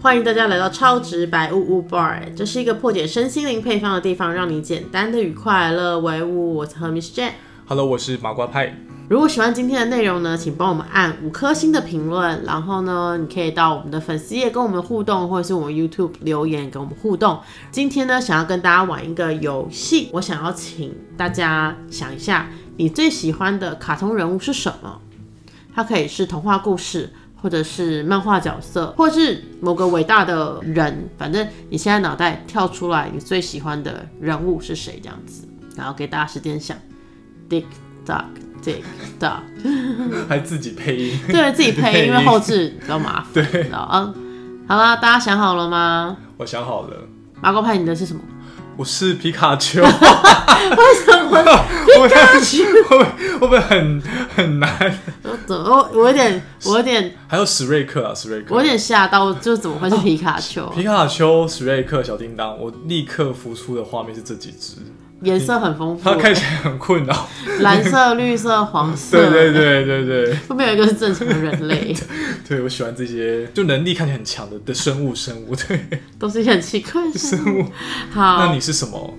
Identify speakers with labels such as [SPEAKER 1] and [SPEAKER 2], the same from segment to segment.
[SPEAKER 1] 欢迎大家来到超值白雾雾 Bar，这哎是一个破解身心灵配方的地方，让你简单的与快乐为伍。我是何 Miss Jane。
[SPEAKER 2] Hello，我是麻瓜派。
[SPEAKER 1] 如果喜欢今天的内容呢，请帮我们按五颗星的评论，然后呢，你可以到我们的粉丝页跟我们互动，或者是我们 YouTube 留言跟我们互动。今天呢，想要跟大家玩一个游戏，我想要请大家想一下，你最喜欢的卡通人物是什么？它可以是童话故事，或者是漫画角色，或是某个伟大的人，反正你现在脑袋跳出来，你最喜欢的人物是谁？这样子，然后给大家时间想。Dick Duck Dick Duck，
[SPEAKER 2] 还自己配音。
[SPEAKER 1] 对自己配音，因为
[SPEAKER 2] 配音
[SPEAKER 1] 后置比较麻烦。对，然后嗯，好啦，大家想好了吗？
[SPEAKER 2] 我想好了，
[SPEAKER 1] 马高派你的是什么？
[SPEAKER 2] 我是皮卡丘。为什 么皮卡 丘？会不会会不会很很难？
[SPEAKER 1] 我呃怎么我我有点 我有点
[SPEAKER 2] 还有史瑞克啊，史瑞
[SPEAKER 1] 我有
[SPEAKER 2] 克。
[SPEAKER 1] 点吓到，就怎么会是皮卡丘？啊
[SPEAKER 2] 皮卡丘、史瑞克、小叮当，我立刻浮出的画面是这几只，
[SPEAKER 1] 颜色很丰富
[SPEAKER 2] 它，看起来很困扰。
[SPEAKER 1] 蓝色、绿色、黄色。
[SPEAKER 2] 对对。对对对
[SPEAKER 1] 后面有一个是正常的人 类，
[SPEAKER 2] 对，我喜欢这些就能力看起来很强的的生物生物。对，
[SPEAKER 1] 都是一些很奇怪的生物。
[SPEAKER 2] 那
[SPEAKER 1] 好，
[SPEAKER 2] 你是什么？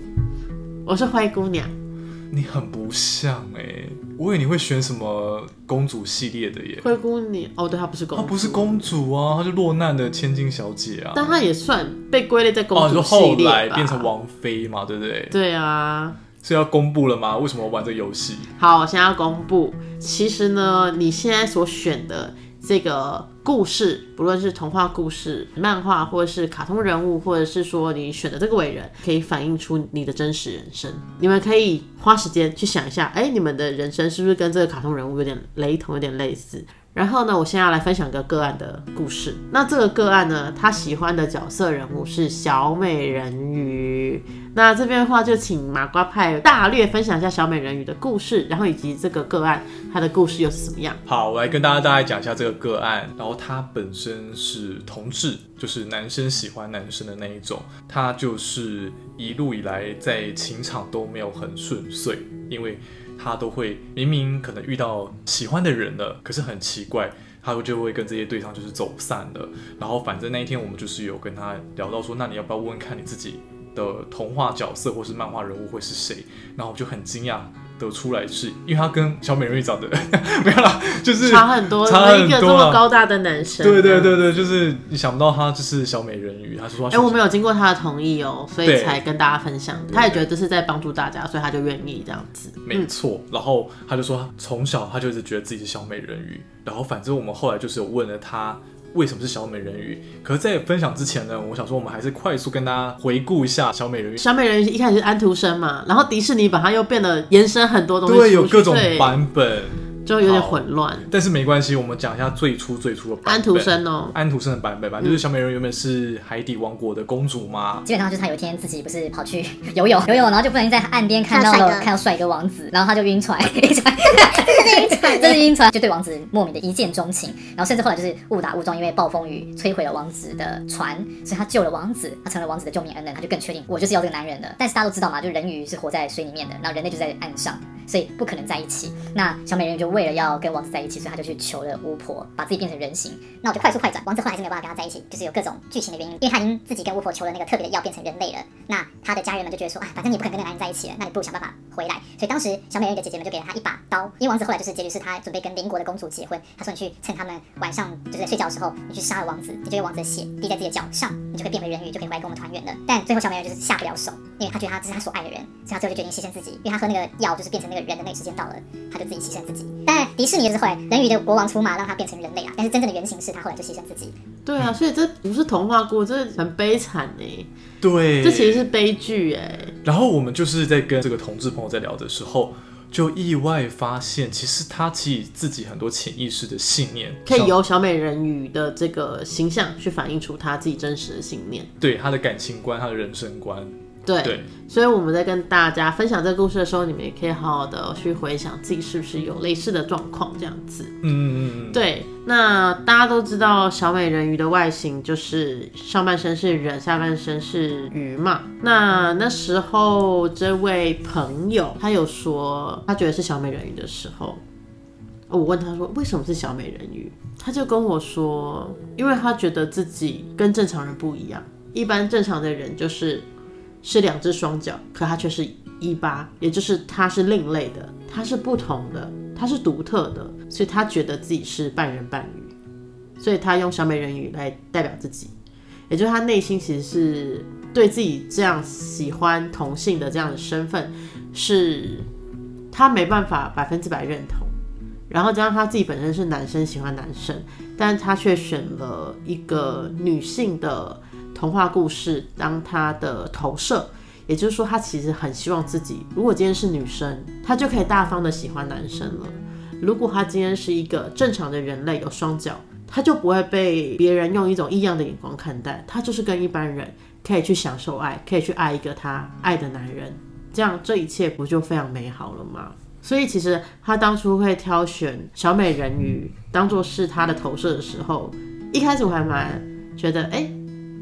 [SPEAKER 1] 我是灰姑娘，
[SPEAKER 2] 你很不像哎、我以为你会选什么公主系列的耶。
[SPEAKER 1] 灰姑娘。哦，对，她不是公
[SPEAKER 2] 她
[SPEAKER 1] 主，
[SPEAKER 2] 不是，公主啊，她是落难的千金小姐啊。
[SPEAKER 1] 但她也算被归类在公
[SPEAKER 2] 哦，你
[SPEAKER 1] 主
[SPEAKER 2] 说
[SPEAKER 1] 系
[SPEAKER 2] 后
[SPEAKER 1] 列吧。
[SPEAKER 2] 来变成王妃嘛，对不对？
[SPEAKER 1] 对啊，
[SPEAKER 2] 是要公布了吗？为什么玩这个游戏？
[SPEAKER 1] 好，我现在要公布，其实呢，你现在所选的这个故事，不论是童话故事、漫画，或者是卡通人物，或者是说你选的这个伟人，可以反映出你的真实人生。你们可以花时间去想一下，哎、你们的人生是不是跟这个卡通人物有点雷同，有点类似？然后呢，我现在要来分享个个案的故事。那这个个案呢，他喜欢的角色人物是小美人鱼。那这边的话，就请麻瓜派大略分享一下小美人鱼的故事，然后以及这个个案它的故事又是怎么样。
[SPEAKER 2] 好，我来跟大家大概讲一下这个个案。然后他本身是同志，就是男生喜欢男生的那一种。他就是一路以来在情场都没有很顺遂，因为他都会明明可能遇到喜欢的人了，可是很奇怪。他就会跟这些对象就是走散了，然后反正那一天我们就是有跟他聊到说，那你要不要问问看你自己的童话角色或是漫画人物会是谁？然后我就很惊讶得出来是，因为他跟小美人鱼长得 没有啦，就是
[SPEAKER 1] 差很多，
[SPEAKER 2] 差很多啊
[SPEAKER 1] 一个这么高大的男生，啊
[SPEAKER 2] 对对。对对，就是你想不到他就是小美人鱼，他说
[SPEAKER 1] 哎、
[SPEAKER 2] 他
[SPEAKER 1] 我没有经过他的同意哦，所以
[SPEAKER 2] 对
[SPEAKER 1] 才跟大家分享。他也觉得这是在帮助大家，所以他就愿意这样子。
[SPEAKER 2] 没错，然后他就说他从小他就一直觉得自己是小美人鱼，然后反正我们后来就是有问了他为什么是小美人鱼，可是在分享之前呢，我想说我们还是快速跟大家回顾一下小美人鱼，
[SPEAKER 1] 小美人鱼一开始是安徒生嘛，然后迪士尼把它又变得延伸很多东西出去，
[SPEAKER 2] 对，有各种
[SPEAKER 1] 所以
[SPEAKER 2] 版本，
[SPEAKER 1] 就有点混乱。
[SPEAKER 2] 但是没关系，我们讲一下最初最初的版本。
[SPEAKER 1] 安徒生哦、
[SPEAKER 2] 安徒生的版本吧，就是小美人鱼原本是海底王国的公主嘛，
[SPEAKER 3] 基本上就是他有一天自己不是跑去 游泳，游泳，然后就不小心在岸边看到
[SPEAKER 4] 看到帅
[SPEAKER 3] 了
[SPEAKER 4] 哥
[SPEAKER 3] 看到帅哥王子，然后他就晕船， 晕船，这是晕船，就对王子莫名的一见钟情，然后甚至后来就是误打误撞，因为暴风雨摧毁了王子的船，所以他救了王子，他成了王子的救命恩人，他就更确定我就是要这个男人的。但是大家都知道嘛，就人鱼是活在水里面的，然后人类就在岸上，所以不可能在一起。那小美人鱼就为了要跟王子在一起，所以他就去求了巫婆，把自己变成人形，那我就快速快转，王子后来是没有办法跟他在一起，就是有各种剧情的原因，因为他已经自己跟巫婆求了那个特别的药变成人类了。那他的家人们就觉得说，啊，反正你不肯跟那个男人在一起了，那你不如想办法回来。所以当时小美人鱼的姐姐们就给了他一把刀，因为王子后来就是结局是他准备跟邻国的公主结婚，他说你去趁他们晚上就是在睡觉的时候，你去杀了王子，你就用王子的血滴在自己的脚上，你就可以变回人鱼，就可以回来跟我们团圆了。但最后小美人鱼就是下不了手，因为他觉得他这是他所爱的人，所以他最后就决定牺牲自己，因为他喝那个药就是变成那个人的那个时间到了，他就自己牺牲自己。但迪士尼就是后来人鱼的国王出马，让他变成人类啊，但是真正的原型是他后来就牺牲自己。
[SPEAKER 1] 对啊，所以这不是童话故事，这很悲惨哎、
[SPEAKER 2] 对，
[SPEAKER 1] 这其实是悲剧哎、
[SPEAKER 2] 然后我们就是在跟这个同志朋友在聊的时候，就意外发现，其实他其实自己很多潜意识的信念，
[SPEAKER 1] 可以
[SPEAKER 2] 像
[SPEAKER 1] 由小美人鱼的这个形象去反映出她自己真实的信念。
[SPEAKER 2] 对他的感情观、他的人生观，
[SPEAKER 1] 对，
[SPEAKER 2] 对
[SPEAKER 1] 所以我们在跟大家分享这个故事的时候，你们也可以好好的去回想自己是不是有类似的状况这样子。
[SPEAKER 2] 嗯嗯嗯，
[SPEAKER 1] 对，那大家都知道小美人鱼的外形就是上半身是人，下半身是鱼嘛。那那时候这位朋友他有说，他觉得是小美人鱼的时候，我问他说为什么是小美人鱼，他就跟我说，因为他觉得自己跟正常人不一样，一般正常的人就是是两只双脚，可他却是一八，也就是他是另类的，他是不同的，他是独特的，所以他觉得自己是半人半鱼，所以他用小美人鱼来代表自己，也就是他内心其实是对自己这样喜欢同性的这样的身份是。他没办法百分之百认同，然后加上他自己本身是男生，喜欢男生，但他却选了一个女性的童话故事当他的投射，也就是说，他其实很希望自己，如果今天是女生，他就可以大方的喜欢男生了；如果他今天是一个正常的人类，有双脚，他就不会被别人用一种异样的眼光看待，他就是跟一般人可以去享受爱，可以去爱一个他爱的男人。这样这一切不就非常美好了吗？所以其实他当初会挑选小美人鱼当做是他的投射的时候，一开始我还蛮觉得哎、诶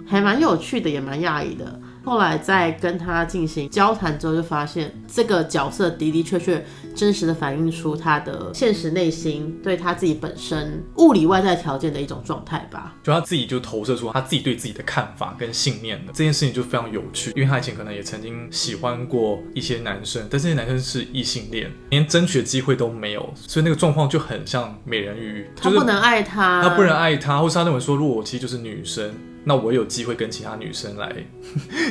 [SPEAKER 1] 还蛮有趣的，也蛮讶异的。后来在跟他进行交谈之后，就发现这个角色的的确确真实的反映出他的现实内心对他自己本身物理外在条件的一种状态吧。
[SPEAKER 2] 就他自己就投射出他自己对自己的看法跟信念的这件事情就非常有趣，因为他以前可能也曾经喜欢过一些男生，但这些男生是异性恋，连争取的机会都没有，所以那个状况就很像美人鱼，
[SPEAKER 1] 他
[SPEAKER 2] 就是
[SPEAKER 1] 不能爱他，
[SPEAKER 2] 他不能爱他，或是他认为说，如果我其实就是女生，那我有机会跟其他女生来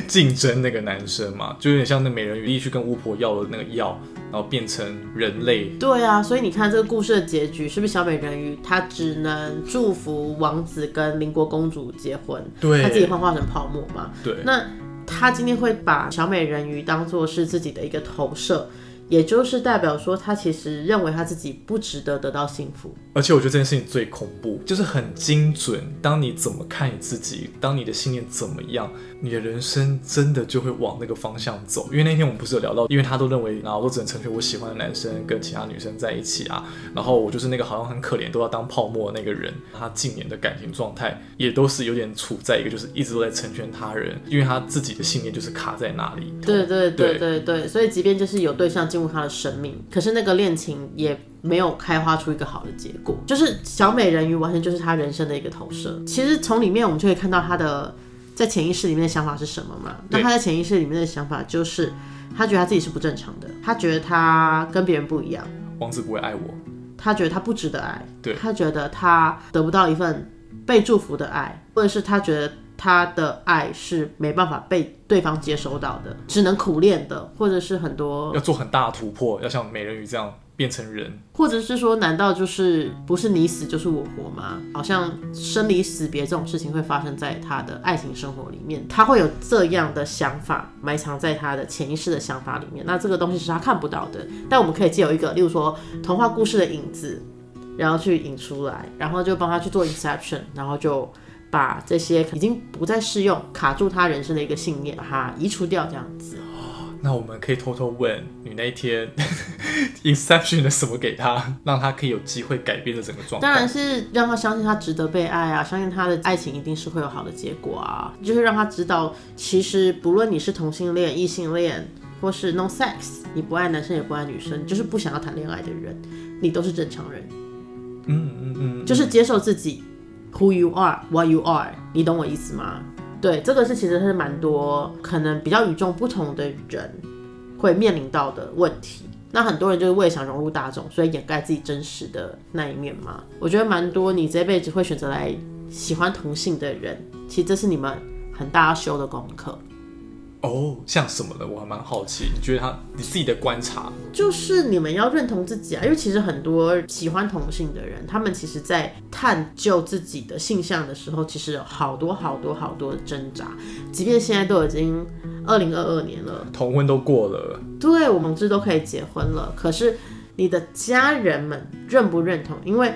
[SPEAKER 2] 竞争那个男生嘛，就有点像那美人鱼去跟巫婆要了那个药，然后变成人类。
[SPEAKER 1] 对啊，所以你看这个故事的结局，是不是小美人鱼她只能祝福王子跟邻国公主结婚，
[SPEAKER 2] 对
[SPEAKER 1] 她自己幻化成泡沫嘛？
[SPEAKER 2] 对，
[SPEAKER 1] 那她今天会把小美人鱼当做是自己的一个投射，也就是代表说她其实认为她自己不值得得到幸福。
[SPEAKER 2] 而且我觉得这件事情最恐怖，就是很精准。当你怎么看你自己，当你的信念怎么样，你的人生真的就会往那个方向走。因为那天我们不是有聊到，因为他都认为，然啊后我都只能成全我喜欢的男生跟其他女生在一起啊，然后我就是那个好像很可怜都要当泡沫的那个人。他近年的感情状态也都是有点处在一个就是一直都在成全他人，因为他自己的信念就是卡在那里。
[SPEAKER 1] 对对对
[SPEAKER 2] 对
[SPEAKER 1] 对对，所以即便就是有对象进入她的生命，可是那个恋情也没有开花出一个好的结果。就是小美人鱼完全就是她人生的一个投射。其实从里面我们就可以看到她的在潜意识里面的想法是什么嘛？那
[SPEAKER 2] 对
[SPEAKER 1] 她在潜意识里面的想法就是，她觉得她自己是不正常的，她觉得她跟别人不一样，
[SPEAKER 2] 王子不会爱我，
[SPEAKER 1] 她觉得她不值得爱，
[SPEAKER 2] 对
[SPEAKER 1] 她觉得她得不到一份被祝福的爱，或者是她觉得她的爱是没办法被对方接收到的，只能苦练的，或者是很多
[SPEAKER 2] 要，做很大的突破，要像美人鱼这样变成人。
[SPEAKER 1] 或者是说，难道就是不是你死就是我活吗？好像生离死别这种事情会发生在她的爱情生活里面，她会有这样的想法埋藏在她的潜意识的想法里面。那这个东西是她看不到的，但我们可以借由一个，例如说童话故事的影子，然后去引出来，然后就帮他去做 inception，然后就把这些已经不再适用、卡住他人生的一个信念，把它移除掉，这样子。
[SPEAKER 2] 那我们可以偷偷问你那一天 Inception 的什么给他，让他可以有机会改变这整个状态。
[SPEAKER 1] 当然是让他相信他值得被爱啊，相信他的爱情一定是会有好的结果啊，就是让他知道，其实不论你是同性恋、异性恋，或是 no sex，你不爱男生也不爱女生，你就是不想要谈恋爱的人，你都是正常人。
[SPEAKER 2] 嗯嗯嗯，
[SPEAKER 1] 就是接受自己，who you are, what you are，你懂我意思吗？对，这个是其实是蛮多可能比较与众不同的人会面临到的问题。那很多人就是为了想融入大众，所以掩盖自己真实的那一面嘛。我觉得蛮多你这辈子会选择来喜欢同性的人，其实这是你们很大要修的功课。
[SPEAKER 2] 哦，像什么的，我还蛮好奇。你觉得他你自己的观察，
[SPEAKER 1] 就是你们要认同自己啊，因为其实很多喜欢同性的人，他们其实在探究自己的性向的时候，其实有好多好多好多的挣扎，即便现在都已经二零二二年了，
[SPEAKER 2] 同婚都过了，
[SPEAKER 1] 对我们这都可以结婚了，可是你的家人们认不认同？因为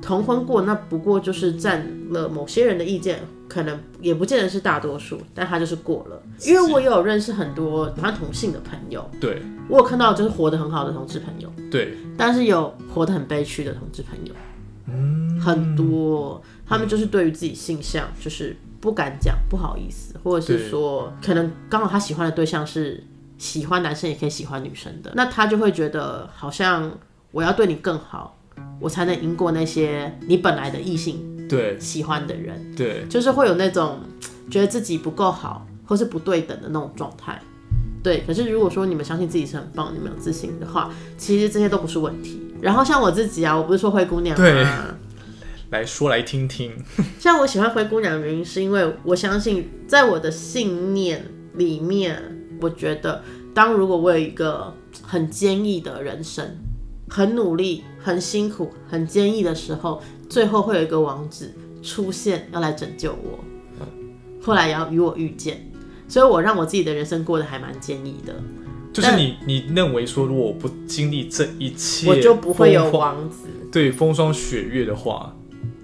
[SPEAKER 1] 同婚过，那不过就是占了某些人的意见，可能也不见得是大多数，但他就是过了。因为我也有认识很多喜欢同性的朋友，
[SPEAKER 2] 对
[SPEAKER 1] 我有看到就是活得很好的同志朋友。
[SPEAKER 2] 对，
[SPEAKER 1] 但是有活得很悲屈的同志朋友，很多，他们就是对于自己性向就是不敢讲，不好意思，或者是
[SPEAKER 2] 对
[SPEAKER 1] 说可能刚好他喜欢的对象是喜欢男生也可以喜欢女生的，那他就会觉得好像我要对你更好，我才能赢过那些你本来的异性
[SPEAKER 2] 对
[SPEAKER 1] 喜欢的人，
[SPEAKER 2] 对，
[SPEAKER 1] 就是会有那种嘖觉得自己不够好或是不对等的那种状态。对，可是如果说你们相信自己是很棒，你们有自信的话，其实这些都不是问题。然后像我自己啊，我不是说灰姑娘
[SPEAKER 2] 对
[SPEAKER 1] 吗？
[SPEAKER 2] 来说来听听。
[SPEAKER 1] 像我喜欢灰姑娘的原因，是因为我相信，在我的信念里面，我觉得，当如果我有一个很坚毅的人生，很努力、很辛苦、很坚毅的时候，最后会有一个王子出现，要来拯救我，后来也要与我遇见。所以，我让我自己的人生过得还蛮坚毅的，
[SPEAKER 2] 就是你你认为说，如果我不经历这一切，
[SPEAKER 1] 我就不会有
[SPEAKER 2] 风
[SPEAKER 1] 王子。
[SPEAKER 2] 对风霜雪月的话，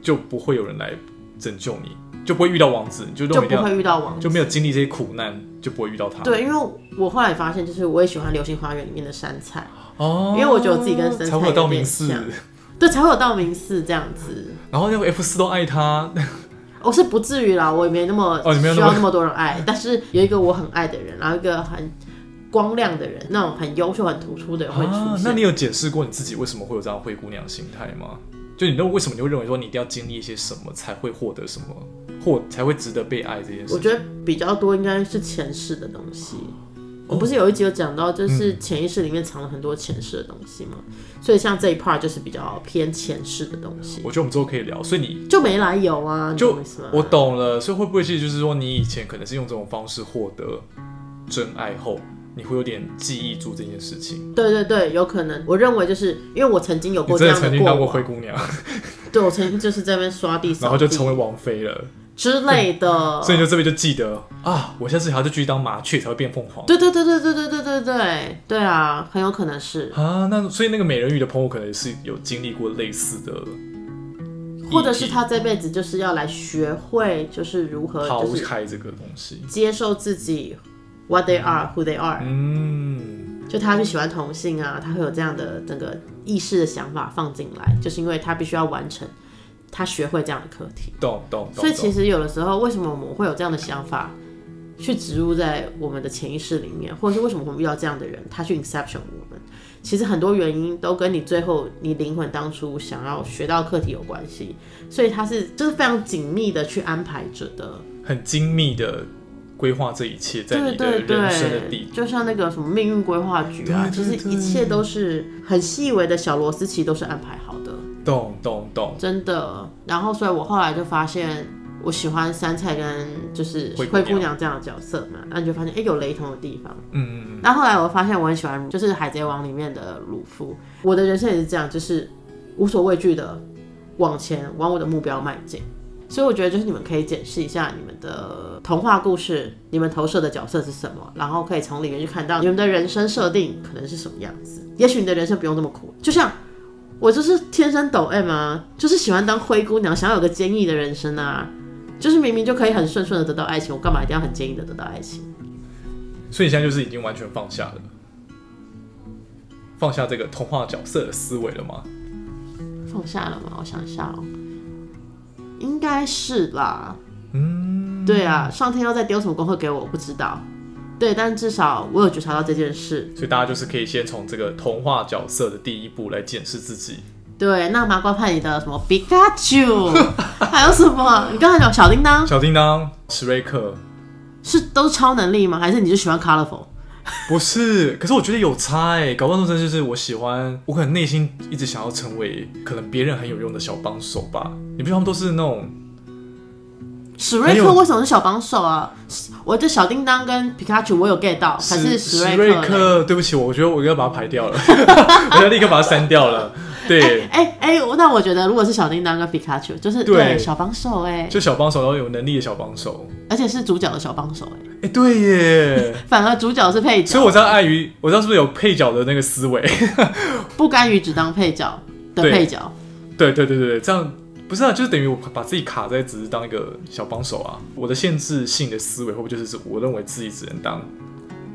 [SPEAKER 2] 就不会有人来拯救你，就不会遇到王子，你就
[SPEAKER 1] 就
[SPEAKER 2] 认为一
[SPEAKER 1] 不
[SPEAKER 2] 定要
[SPEAKER 1] 会遇到王子，
[SPEAKER 2] 就没有经历这些苦难，就不会遇到他。
[SPEAKER 1] 对，因为我后来发现，就是我也喜欢《流星花园》里面的杉菜，
[SPEAKER 2] 哦，
[SPEAKER 1] 因为我觉得我自己跟生菜
[SPEAKER 2] 才会有道明
[SPEAKER 1] 有
[SPEAKER 2] 寺，
[SPEAKER 1] 点对，才会有道明寺这样子。
[SPEAKER 2] 然后那个 F 四都爱他，
[SPEAKER 1] 我是不至于啦，我也没那么
[SPEAKER 2] 哦你没有
[SPEAKER 1] 需
[SPEAKER 2] 那么
[SPEAKER 1] 要那么多人爱，但是有一个我很爱的人，然后一个很光亮的人，那种很优秀、很突出的人会出
[SPEAKER 2] 啊，
[SPEAKER 1] 现。
[SPEAKER 2] 那你有解释过你自己为什么会有这样灰姑娘心态吗？就你认为为什么你会认为说你一定要经历一些什么才会获得什么，或才会值得被爱这件事
[SPEAKER 1] 我
[SPEAKER 2] 情？
[SPEAKER 1] 觉得比较多应该是前世的东西。我不是
[SPEAKER 2] 哦
[SPEAKER 1] 有一集有讲到，就是
[SPEAKER 2] 嗯
[SPEAKER 1] 潜意识里面藏了很多前世的东西吗？所以像这一 part 就是比较偏前世的东西，
[SPEAKER 2] 我觉得我们之后可以聊。所以你
[SPEAKER 1] 就没来由啊，你
[SPEAKER 2] 就
[SPEAKER 1] 懂我意思吗？
[SPEAKER 2] 我懂了，所以会不会其实就是说你以前可能是用这种方式获得真爱后，你会有点记忆住这件事情？
[SPEAKER 1] 对对对，有可能。我认为就是因为我曾经有
[SPEAKER 2] 你
[SPEAKER 1] 过这
[SPEAKER 2] 真的
[SPEAKER 1] 样
[SPEAKER 2] 曾
[SPEAKER 1] 的
[SPEAKER 2] 经当过
[SPEAKER 1] 往
[SPEAKER 2] 灰姑娘，
[SPEAKER 1] 对我曾经就是在那边刷地扫地，
[SPEAKER 2] 然后就成为王妃 了，
[SPEAKER 1] 之类的。
[SPEAKER 2] 所以你就这边就记得啊，我下次还要再继续当麻雀才会变凤凰。
[SPEAKER 1] 对对对对对对对对对对啊，很有可能是，
[SPEAKER 2] 啊，那所以那个美人鱼的朋友可能是有经历过类似的嗯
[SPEAKER 1] 或者是他这辈子就是要来学会，就是如何
[SPEAKER 2] 抛
[SPEAKER 1] 就是
[SPEAKER 2] 开这个东西。
[SPEAKER 1] 接受自己，what they are, who they are。
[SPEAKER 2] 嗯，
[SPEAKER 1] 就他就喜欢同性啊，他会有这样的整个意识的想法放进来，就是因为他必须要完成，他学会这样的课题。
[SPEAKER 2] 懂懂懂。
[SPEAKER 1] 所以其
[SPEAKER 2] 懂
[SPEAKER 1] 实有的时候，为什么我们会有这样的想法，去植入在我们的潜意识里面，或者是为什么我们遇到这样的人，他去 inception 我们，其实很多原因都跟你最后你灵魂当初想要学到课题有关系，所以它是就是非常紧密的去安排着的。
[SPEAKER 2] 很精密的规划这一切，在
[SPEAKER 1] 对
[SPEAKER 2] 你的
[SPEAKER 1] 对
[SPEAKER 2] 人生的
[SPEAKER 1] 对
[SPEAKER 2] 地，
[SPEAKER 1] 就像那个什么命运规划局啊，
[SPEAKER 2] 对
[SPEAKER 1] 其
[SPEAKER 2] 对
[SPEAKER 1] 实
[SPEAKER 2] 对
[SPEAKER 1] 一切都是很细微的小螺丝其实都是安排好的。
[SPEAKER 2] 懂懂懂。
[SPEAKER 1] 真的。然后，所以我后来就发现，我喜欢杉菜跟就是
[SPEAKER 2] 灰姑
[SPEAKER 1] 灰
[SPEAKER 2] 娘
[SPEAKER 1] 姑娘这样的角色嘛，那你就发现哎、诶有雷同的地方。
[SPEAKER 2] 嗯嗯嗯。
[SPEAKER 1] 那后来我发现我很喜欢就是《海贼王》里面的鲁夫，我的人生也是这样，就是无所畏惧的往前往我的目标迈进。所以我觉得就是你们可以检视一下你们的童话故事，你们投射的角色是什么，然后可以从里面去看到你们的人生设定可能是什么样子。也许你的人生不用那么苦，就像我就是天生抖 M 啊，就是喜欢当灰姑娘，想要有个坚毅的人生啊，就是明明就可以很顺顺的得到爱情，我干嘛一定要很坚毅的得到爱情？
[SPEAKER 2] 所以你现在就是已经完全放下了，放下这个童话角色的思维了吗？
[SPEAKER 1] 放下了吗？我想一下哦，应该是啦。嗯，对啊，上天要再丢什么功课给我，我不知道。对，但至少我有觉察到这件事。
[SPEAKER 2] 所以大家就是可以先从这个童话角色的第一步来检视自己。
[SPEAKER 1] 对，那麻瓜派你的什么皮卡丘， 还有什么？你刚才讲小叮当
[SPEAKER 2] 小叮当、史瑞克
[SPEAKER 1] 是都是超能力吗？还是你就喜欢 colorful？
[SPEAKER 2] 不是，可是我觉得有差哎、搞不好那时候就是我喜欢，我可能内心一直想要成为可能别人很有用的小帮手吧。你不觉得他们都是那种
[SPEAKER 1] 史瑞
[SPEAKER 2] 还
[SPEAKER 1] 克
[SPEAKER 2] 有
[SPEAKER 1] 为什么是小帮手啊？我的小叮当跟皮卡丘我有 get 到，可是史
[SPEAKER 2] 史
[SPEAKER 1] 瑞
[SPEAKER 2] 瑞
[SPEAKER 1] 克嘞。
[SPEAKER 2] 克？对不起，我觉得我应该把它排掉了， 我要立刻把它删掉了。对，
[SPEAKER 1] 哎哎，我那我觉得如果是小叮当跟皮卡丘，就是
[SPEAKER 2] 对
[SPEAKER 1] 对小帮手哎、
[SPEAKER 2] 就小帮手，然后有能力的小帮手。
[SPEAKER 1] 而且是主角的小帮手哎、
[SPEAKER 2] 哎、对耶。
[SPEAKER 1] 反而主角是配
[SPEAKER 2] 所以
[SPEAKER 1] 角，
[SPEAKER 2] 我知道碍于，我知道是不是有配角的那个思维。
[SPEAKER 1] 不甘于只当配角的
[SPEAKER 2] 对
[SPEAKER 1] 配角。
[SPEAKER 2] 对对对对对，这样不是啊，就是等于我把自己卡在只是当一个小帮手啊。我的限制性的思维会不会就是我认为自己只能当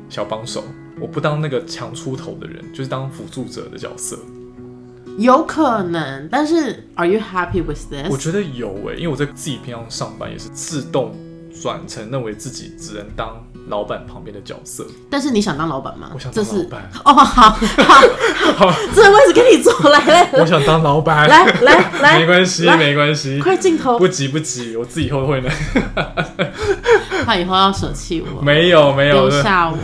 [SPEAKER 2] 小帮手，我不当那个强出头的人，就是当辅助者的角色。
[SPEAKER 1] 有可能，但是 Are you happy with
[SPEAKER 2] 我
[SPEAKER 1] this？
[SPEAKER 2] 觉得欸有诶、因为我在自己平常上班也是自动转成认为自己只能当老板旁边的角色。
[SPEAKER 1] 但是你想当老板吗？
[SPEAKER 2] 我想
[SPEAKER 1] 这
[SPEAKER 2] 当老
[SPEAKER 1] 是
[SPEAKER 2] 板，
[SPEAKER 1] 哦，好 好，这个位置给你坐，来来
[SPEAKER 2] 我想当老板，
[SPEAKER 1] 来来来，
[SPEAKER 2] 没关系，
[SPEAKER 1] 来
[SPEAKER 2] 没关系，
[SPEAKER 1] 快镜头
[SPEAKER 2] 不，急不急，我自己后会的。
[SPEAKER 1] 怕以后要舍弃我，
[SPEAKER 2] 没有没有
[SPEAKER 1] 丢，下我。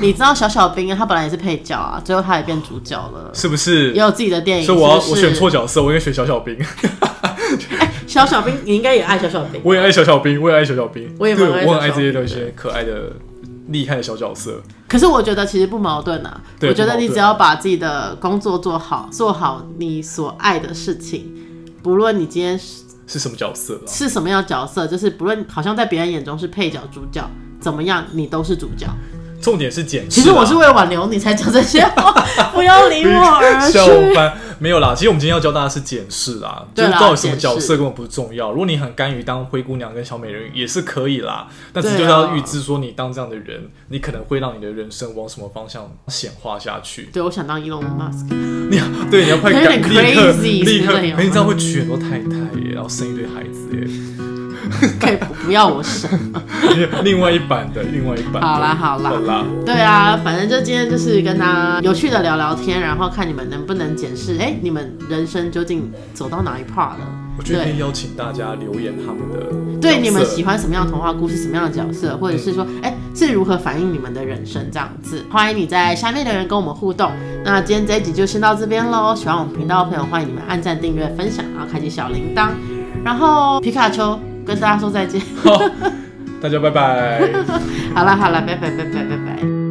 [SPEAKER 1] 你知道小小兵啊，他本来也是配角啊，最后他也变主角了，
[SPEAKER 2] 是不是？
[SPEAKER 1] 也有自己的电影。
[SPEAKER 2] 所以我要
[SPEAKER 1] 是不
[SPEAKER 2] 我
[SPEAKER 1] 是
[SPEAKER 2] 选错角色，我应该选小小兵。
[SPEAKER 1] 小小兵，你应该也爱小小兵。
[SPEAKER 2] 我也爱小小兵，我也爱小小兵，
[SPEAKER 1] 我也蛮
[SPEAKER 2] 对，
[SPEAKER 1] 爱小小兵的
[SPEAKER 2] 我很爱这些东西，可爱的、厉害的小角色。
[SPEAKER 1] 可是我觉得其实不矛盾啊，
[SPEAKER 2] 对
[SPEAKER 1] 我觉得你
[SPEAKER 2] 不矛盾
[SPEAKER 1] 只要把自己的工作做好，做好你所爱的事情，不论你今天是
[SPEAKER 2] 是什么角色啊？
[SPEAKER 1] 是什么样的角色，就是不论好像在别人眼中是配角、主角怎么样，你都是主角。
[SPEAKER 2] 重点是啊剪辑
[SPEAKER 1] 其
[SPEAKER 2] 啦。
[SPEAKER 1] 实我是为了挽留你才讲这些话， 不要离我而
[SPEAKER 2] 笑
[SPEAKER 1] 去。
[SPEAKER 2] 翻，没有啦。其实我们今天要教大家是检视啦，就
[SPEAKER 1] 对
[SPEAKER 2] 是
[SPEAKER 1] 啦
[SPEAKER 2] 到底什么角
[SPEAKER 1] 检
[SPEAKER 2] 色
[SPEAKER 1] 视
[SPEAKER 2] 根本不重要。如果你很甘于当灰姑娘跟小美人鱼也是可以啦，但
[SPEAKER 1] 对啊
[SPEAKER 2] 是就是要预知说你当这样的人，你可能会让你的人生往什么方向显化下去。
[SPEAKER 1] 对，我想当 Elon Musk，
[SPEAKER 2] 你要对你要快
[SPEAKER 1] 有
[SPEAKER 2] 赶
[SPEAKER 1] 点
[SPEAKER 2] 立刻
[SPEAKER 1] crazy，
[SPEAKER 2] 立刻，
[SPEAKER 1] 真的有
[SPEAKER 2] 可是你这样会娶很多太太耶，然后生一堆孩子耶。
[SPEAKER 1] 可以不不要我生。
[SPEAKER 2] 另外一版的，另外一版的。
[SPEAKER 1] 好啦好啦
[SPEAKER 2] 好啦，
[SPEAKER 1] 对啊，反正就今天就是跟大家有趣的聊聊天，然后看你们能不能检视，哎、你们人生究竟走到哪一 part 了？
[SPEAKER 2] 我觉得可
[SPEAKER 1] 对
[SPEAKER 2] 以邀请大家留言他们的角
[SPEAKER 1] 对
[SPEAKER 2] 色
[SPEAKER 1] 你们喜欢什么样的童话故事，什么样的角色，或者是说，哎、是如何反映你们的人生这样子？欢迎你在下面留言跟我们互动。那今天这一集就先到这边喽。喜欢我们频道的朋友，欢迎你们按赞、订阅、分享，然后开启小铃铛。然后皮卡丘跟大家说再见。
[SPEAKER 2] 大家拜拜。
[SPEAKER 1] 好了好了，拜拜拜拜拜拜。